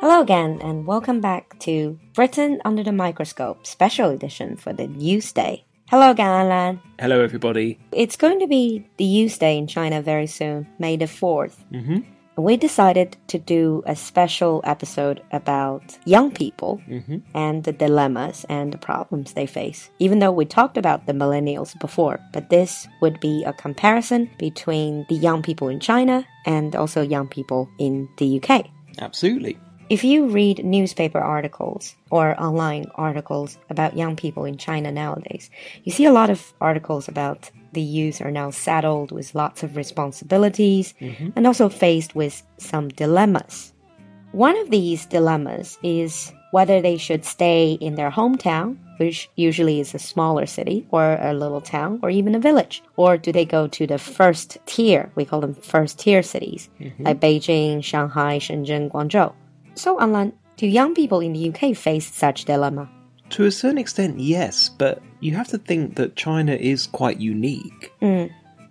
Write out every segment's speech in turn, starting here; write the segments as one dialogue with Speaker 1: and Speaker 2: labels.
Speaker 1: Hello again, and welcome back to Britain Under the Microscope Special Edition for the News Day. Hello again, Alan.
Speaker 2: Hello, everybody.
Speaker 1: It's going to be the News Day in China very soon, May the 4th.
Speaker 2: Mhm.
Speaker 1: We decided to do a special episode about young people
Speaker 2: Mhm.
Speaker 1: and the dilemmas and the problems they face. Even though we talked about the millennials before, but this would be a comparison between the young people in China and also young people in the UK.
Speaker 2: Absolutely.
Speaker 1: If you read newspaper articles or online articles about young people in China nowadays, you see a lot of articles about the youth are now saddled with lots of responsibilities and also faced with some dilemmas. One of these dilemmas is whether they should stay in their hometown, which usually is a smaller city or a little town or even a village, or do they go to the first tier? We call them first tier cities like Beijing, Shanghai, Shenzhen, Guangzhou. So, Anlan, do young people in the UK face such dilemma?
Speaker 2: To a certain extent, yes, but you have to think that China is quite unique.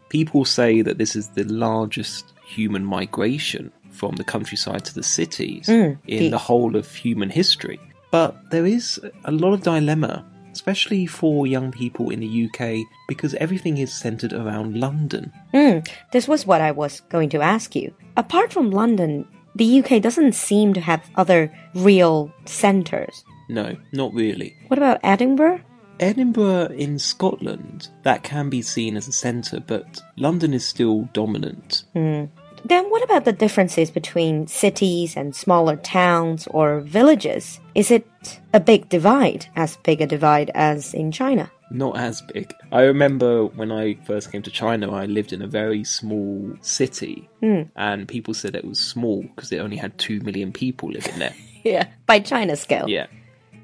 Speaker 2: People say that this is the largest human migration from the countryside to the cities
Speaker 1: Mm,
Speaker 2: in
Speaker 1: the-
Speaker 2: the whole of human history. But there is a lot of dilemma, especially for young people in the UK, because everything is centered around London.
Speaker 1: Hmm, this was what I was going to ask you. Apart from London, the UK doesn't seem to have other real centers.
Speaker 2: No, not really.
Speaker 1: What about Edinburgh?
Speaker 2: Edinburgh in Scotland, that can be seen as a centre, but London is still dominant.
Speaker 1: Then what about the differences between cities and smaller towns or villages? Is it a big divide, as big a divide as in China?
Speaker 2: Not as big. I remember when I first came to China, I lived in a very small city, and people said it was small because it only had two million people living there.
Speaker 1: Yeah. By China scale.
Speaker 2: yeah.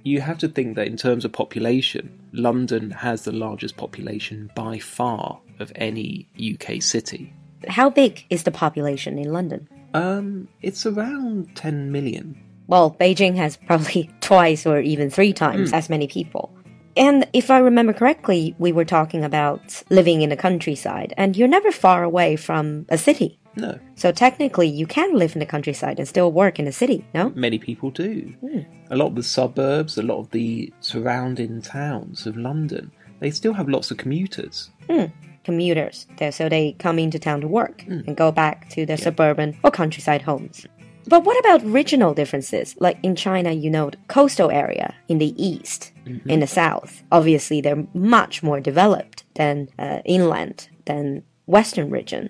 Speaker 2: You have to think that in terms of population, London has the largest population by far of any UK city.
Speaker 1: How big is the population in London?
Speaker 2: Um, it's around 10 million.
Speaker 1: Well, Beijing has probably twice or even three times as many people. And if I remember correctly, we were talking about living in the countryside, and you're never far away from a city.
Speaker 2: No,
Speaker 1: So technically, you can live in the countryside and still work in a city, no?
Speaker 2: many people do. A lot of the suburbs, a lot of the surrounding towns of London, they still have lots of commuters.
Speaker 1: Hmm. Commuters, they- so they come into town to work and go back to their suburban or countryside homes. But what about regional differences? Like in China, you know, the coastal area in the east, in the south. Obviously, they're much more developed than uh, inland, than western regions.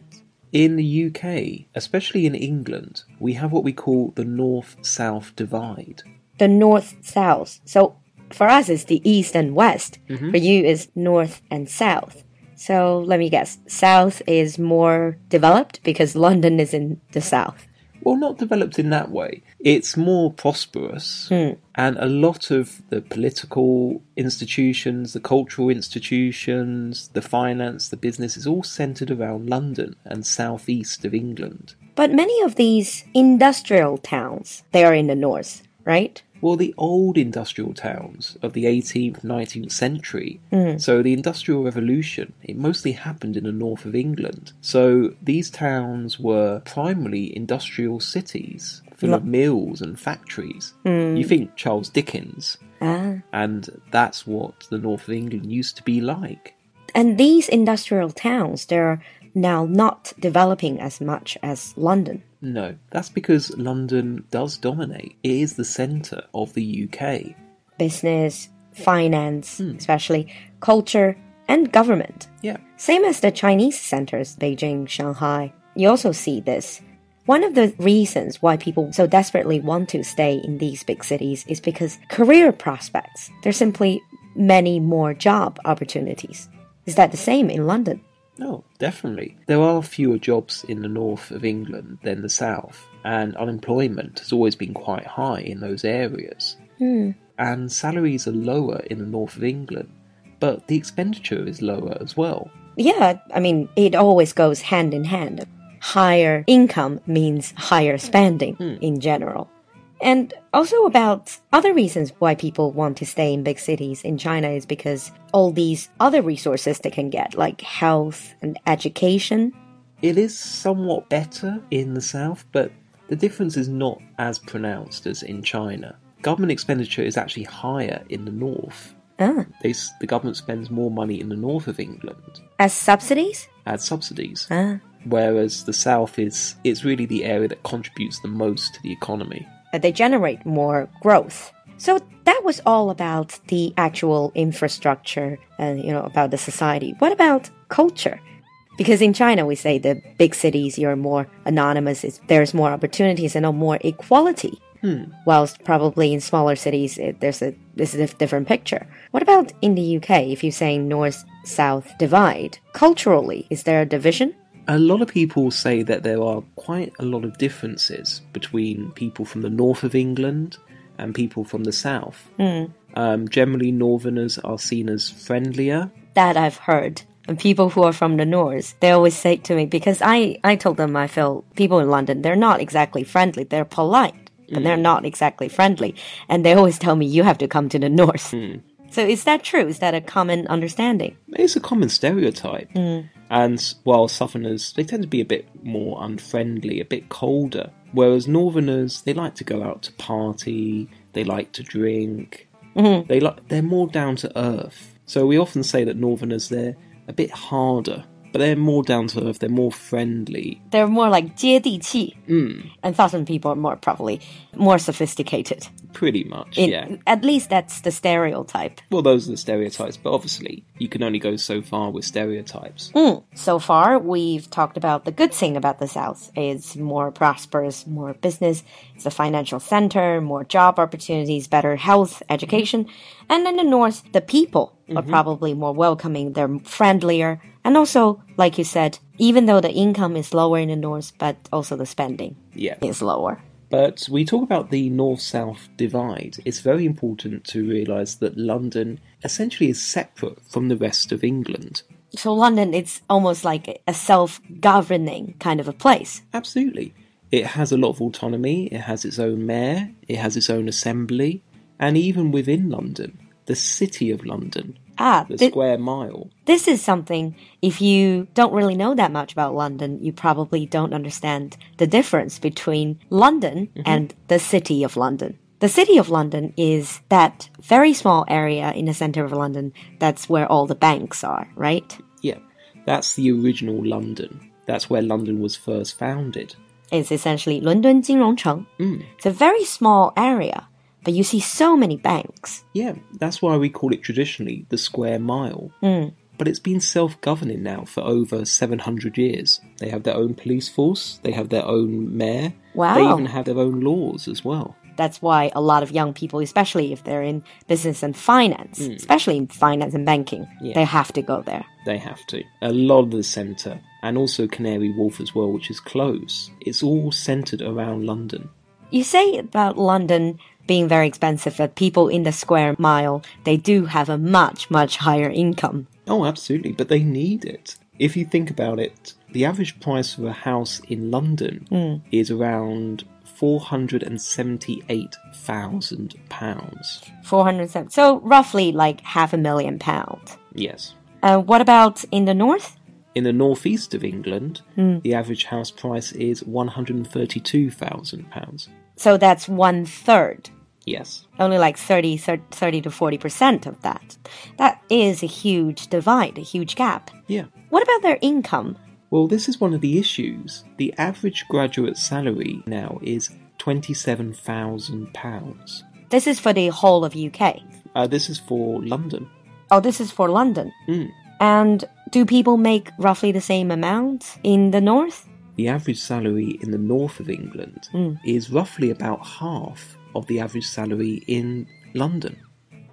Speaker 2: In the UK, especially in England, we have what we call the north south divide.
Speaker 1: The north south. So for us, it's the east and west. For you, it's north and south. So let me guess, south is more developed because London is in the south.
Speaker 2: Well, not developed in that way. It's more prosperous, and a lot of the political institutions, the cultural institutions, the finance, the business is all centered around London and southeast of England.
Speaker 1: But many of these industrial towns, they are in the north, right?
Speaker 2: Well, the old industrial towns of the 18th, 19th century. So the Industrial Revolution, it mostly happened in the north of England. So these towns were primarily industrial cities full of mills and factories. You think Charles Dickens,
Speaker 1: Ah.
Speaker 2: and that's what the north of England used to be like.
Speaker 1: And these industrial towns, they're now not developing as much as London.
Speaker 2: No, that's because London does dominate. It is the centre of the UK.
Speaker 1: Business, finance, especially culture and government.
Speaker 2: Yeah.
Speaker 1: Same as the Chinese centers, Beijing, Shanghai. You also see this. One of the reasons why people so desperately want to stay in these big cities is because career prospects. There's simply many more job opportunities. Is that the same in London?
Speaker 2: No, definitely. There are fewer jobs in the north of England than the south, and unemployment has always been quite high in those areas. And salaries are lower in the north of England, but the expenditure is lower as well.
Speaker 1: Yeah, I mean, it always goes hand in hand. Higher income means higher spending in general. And also about other reasons why people want to stay in big cities in China is because all these other resources they can get, like health and education.
Speaker 2: It is somewhat better in the south, but The difference is not as pronounced as in China. Government expenditure is actually higher in the north.
Speaker 1: Ah,
Speaker 2: They, s- the government spends more money in the north of England
Speaker 1: as subsidies?
Speaker 2: as subsidies,
Speaker 1: Ah,
Speaker 2: whereas the south is it's really the area that contributes the most to the economy.
Speaker 1: they generate more growth. So that was all about the actual infrastructure and you know about the society. What about culture? Because in China we say the big cities you're more anonymous, it's, there's more opportunities and more equality. Whilst probably in smaller cities it, there's a this is a different picture. What about in the UK if you're saying north south divide? Culturally, is there a division?
Speaker 2: A lot of people say that there are quite a lot of differences between people from the north of England and people from the south. Um, generally, northerners are seen as friendlier.
Speaker 1: that I've heard. And people who are from the north, they always say to me because I I told them I feel people in London they're not exactly friendly. They're polite, but they're not exactly friendly. And they always tell me you have to come to the north. So is that true? Is that a common understanding?
Speaker 2: It's a common stereotype. And while southerners, they tend to be a bit more unfriendly, a bit colder. Whereas northerners, they like to go out to party, they like to drink, they like they're more down to earth. So we often say that northerners they're a bit harder, but they're more down to earth. They're more friendly.
Speaker 1: They're more like 接地气, and southern people are more probably more sophisticated.
Speaker 2: Pretty much,
Speaker 1: In-
Speaker 2: yeah.
Speaker 1: At least that's the stereotype.
Speaker 2: Well, those are the stereotypes, but obviously you can only go so far with stereotypes.
Speaker 1: So far, we've talked about the good thing about the South. It's more prosperous, more business, it's a financial center, more job opportunities, better health, education. And in the North, the people are probably more welcoming, they're friendlier. And also, like you said, even though the income is lower in the North, but also the spending
Speaker 2: Yeah.
Speaker 1: is lower.
Speaker 2: But we talk about the north south divide. It's very important to realise that London essentially is separate from the rest of England.
Speaker 1: So, London, it's almost like a self governing kind of a place.
Speaker 2: Absolutely. It has a lot of autonomy, it has its own mayor, it has its own assembly, and even within London, the city of London,
Speaker 1: Ah,
Speaker 2: the
Speaker 1: thi-
Speaker 2: square mile.
Speaker 1: This is something, if you don't really know that much about London, you probably don't understand the difference between London and the City of London. The City of London is that very small area in the center of London that's where all the banks are, right?
Speaker 2: Yeah, that's the original London. That's where London was first founded.
Speaker 1: It's essentially London 金融城. It's a very small area, but you see so many banks.
Speaker 2: Yeah, that's why we call it traditionally the square mile. But it's been self governing now for over 700 years. They have their own police force, they have their own mayor, they
Speaker 1: Wow.
Speaker 2: even have their own laws as well.
Speaker 1: That's why a lot of young people, especially if they're in business and finance, especially in finance and banking,
Speaker 2: Yeah.
Speaker 1: they have to go there.
Speaker 2: They have to. A lot of the centre, and also Canary Wharf as well, which is close, it's all centred around London.
Speaker 1: You say about London being very expensive, but people in the square mile, they do have a much, much higher income.
Speaker 2: Oh, absolutely, but they need it. If you think about it, the average price of a house in London is around £478,000.
Speaker 1: 407. So roughly like half a million pounds.
Speaker 2: Yes.
Speaker 1: Uh, what about in the north? Hmm,
Speaker 2: In the northeast of England, the average house price is £132,000.
Speaker 1: So that's one third.
Speaker 2: Yes.
Speaker 1: Only like 30, 30, 30 to 40% of that. That is a huge divide, a huge gap.
Speaker 2: Yeah.
Speaker 1: What about their income?
Speaker 2: Well, this is one of the issues. The average graduate salary now is £27,000.
Speaker 1: This is for the whole of UK.
Speaker 2: Uh, this is for London.
Speaker 1: Oh, this is for London.
Speaker 2: Mm.
Speaker 1: And do people make roughly the same amount in the north?
Speaker 2: The average salary in the north of England is roughly about half of the average salary in London.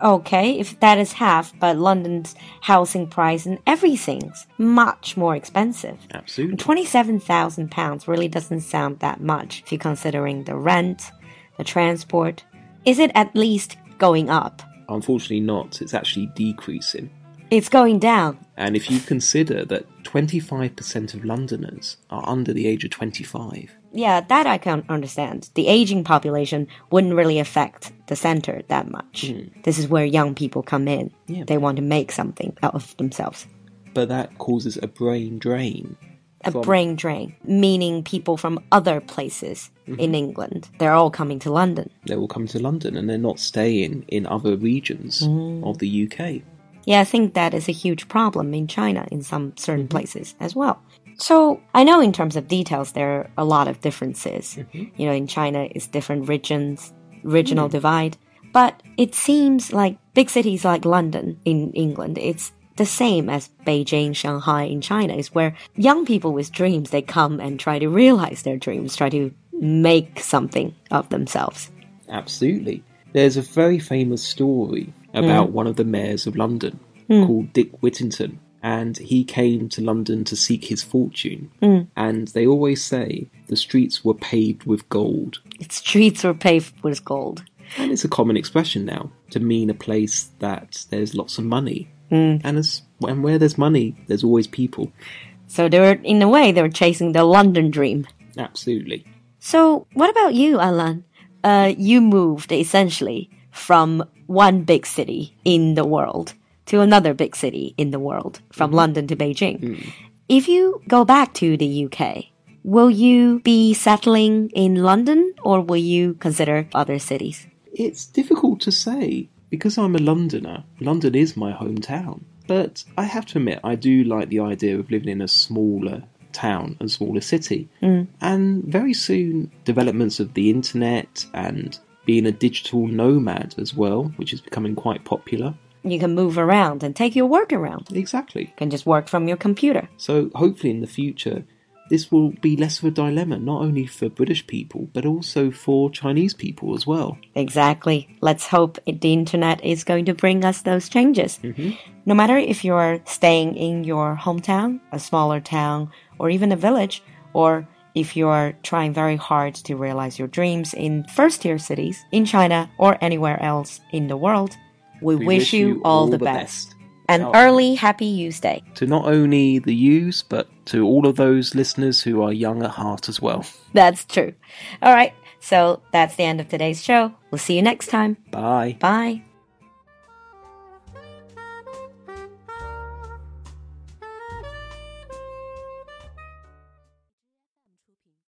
Speaker 1: Okay, if that is half, but London's housing price and everything's much more expensive.
Speaker 2: Absolutely.
Speaker 1: £27,000 really doesn't sound that much if you're considering the rent, the transport. Is it at least going up?
Speaker 2: Unfortunately, not. It's actually decreasing.
Speaker 1: It's going down.
Speaker 2: And if you consider that 25% of Londoners are under the age of 25,
Speaker 1: Yeah, that I can understand. The aging population wouldn't really affect the center that much. This is where young people come in.
Speaker 2: Yeah.
Speaker 1: They want to make something out of themselves.
Speaker 2: but that causes a brain drain.
Speaker 1: a
Speaker 2: From-
Speaker 1: brain drain, meaning people from other places in England. They're all coming to London.
Speaker 2: They will come to London and they're not staying in other regions of the UK.
Speaker 1: Yeah, I think that is a huge problem in China in some certain places as well. So I know in terms of details there are a lot of differences. You know, in China it's different regions, regional divide. But it seems like big cities like London in England, it's the same as Beijing, Shanghai in China, is where young people with dreams they come and try to realize their dreams, try to make something of themselves.
Speaker 2: Absolutely. There's a very famous story about one of the mayors of London called Dick Whittington, and he came to London to seek his fortune. And they always say the streets were paved with gold.
Speaker 1: Its streets were paved with gold.
Speaker 2: And it's a common expression now to mean a place that there's lots of money. And, as, and where there's money, there's always people.
Speaker 1: So they were, in a way, they were chasing the London dream.
Speaker 2: Absolutely.
Speaker 1: So what about you, Alan? Uh, you moved essentially from one big city in the world to another big city in the world, from London to Beijing. If you go back to the UK, will you be settling in London or will you consider other cities?
Speaker 2: It's difficult to say because I'm a Londoner. London is my hometown. But I have to admit, I do like the idea of living in a smaller town and smaller city.
Speaker 1: Mm.
Speaker 2: And very soon, developments of the internet and being a digital nomad as well, which is becoming quite popular.
Speaker 1: You can move around and take your work around.
Speaker 2: Exactly.
Speaker 1: You can just work from your computer.
Speaker 2: So hopefully, in the future, this will be less of a dilemma, not only for British people, but also for Chinese people as well.
Speaker 1: Exactly. Let's hope it- the internet is going to bring us those changes. No matter if you're staying in your hometown, a smaller town, or even a village, or if you're trying very hard to realize your dreams in first tier cities in China or anywhere else in the world, we, wish, you all, the, best. An
Speaker 2: Oh.
Speaker 1: early happy use day.
Speaker 2: to not only the youths, but to all of those listeners who are young at heart as well.
Speaker 1: That's true. All right. So that's the end of today's show. We'll see you next time.
Speaker 2: Bye.
Speaker 1: Bye.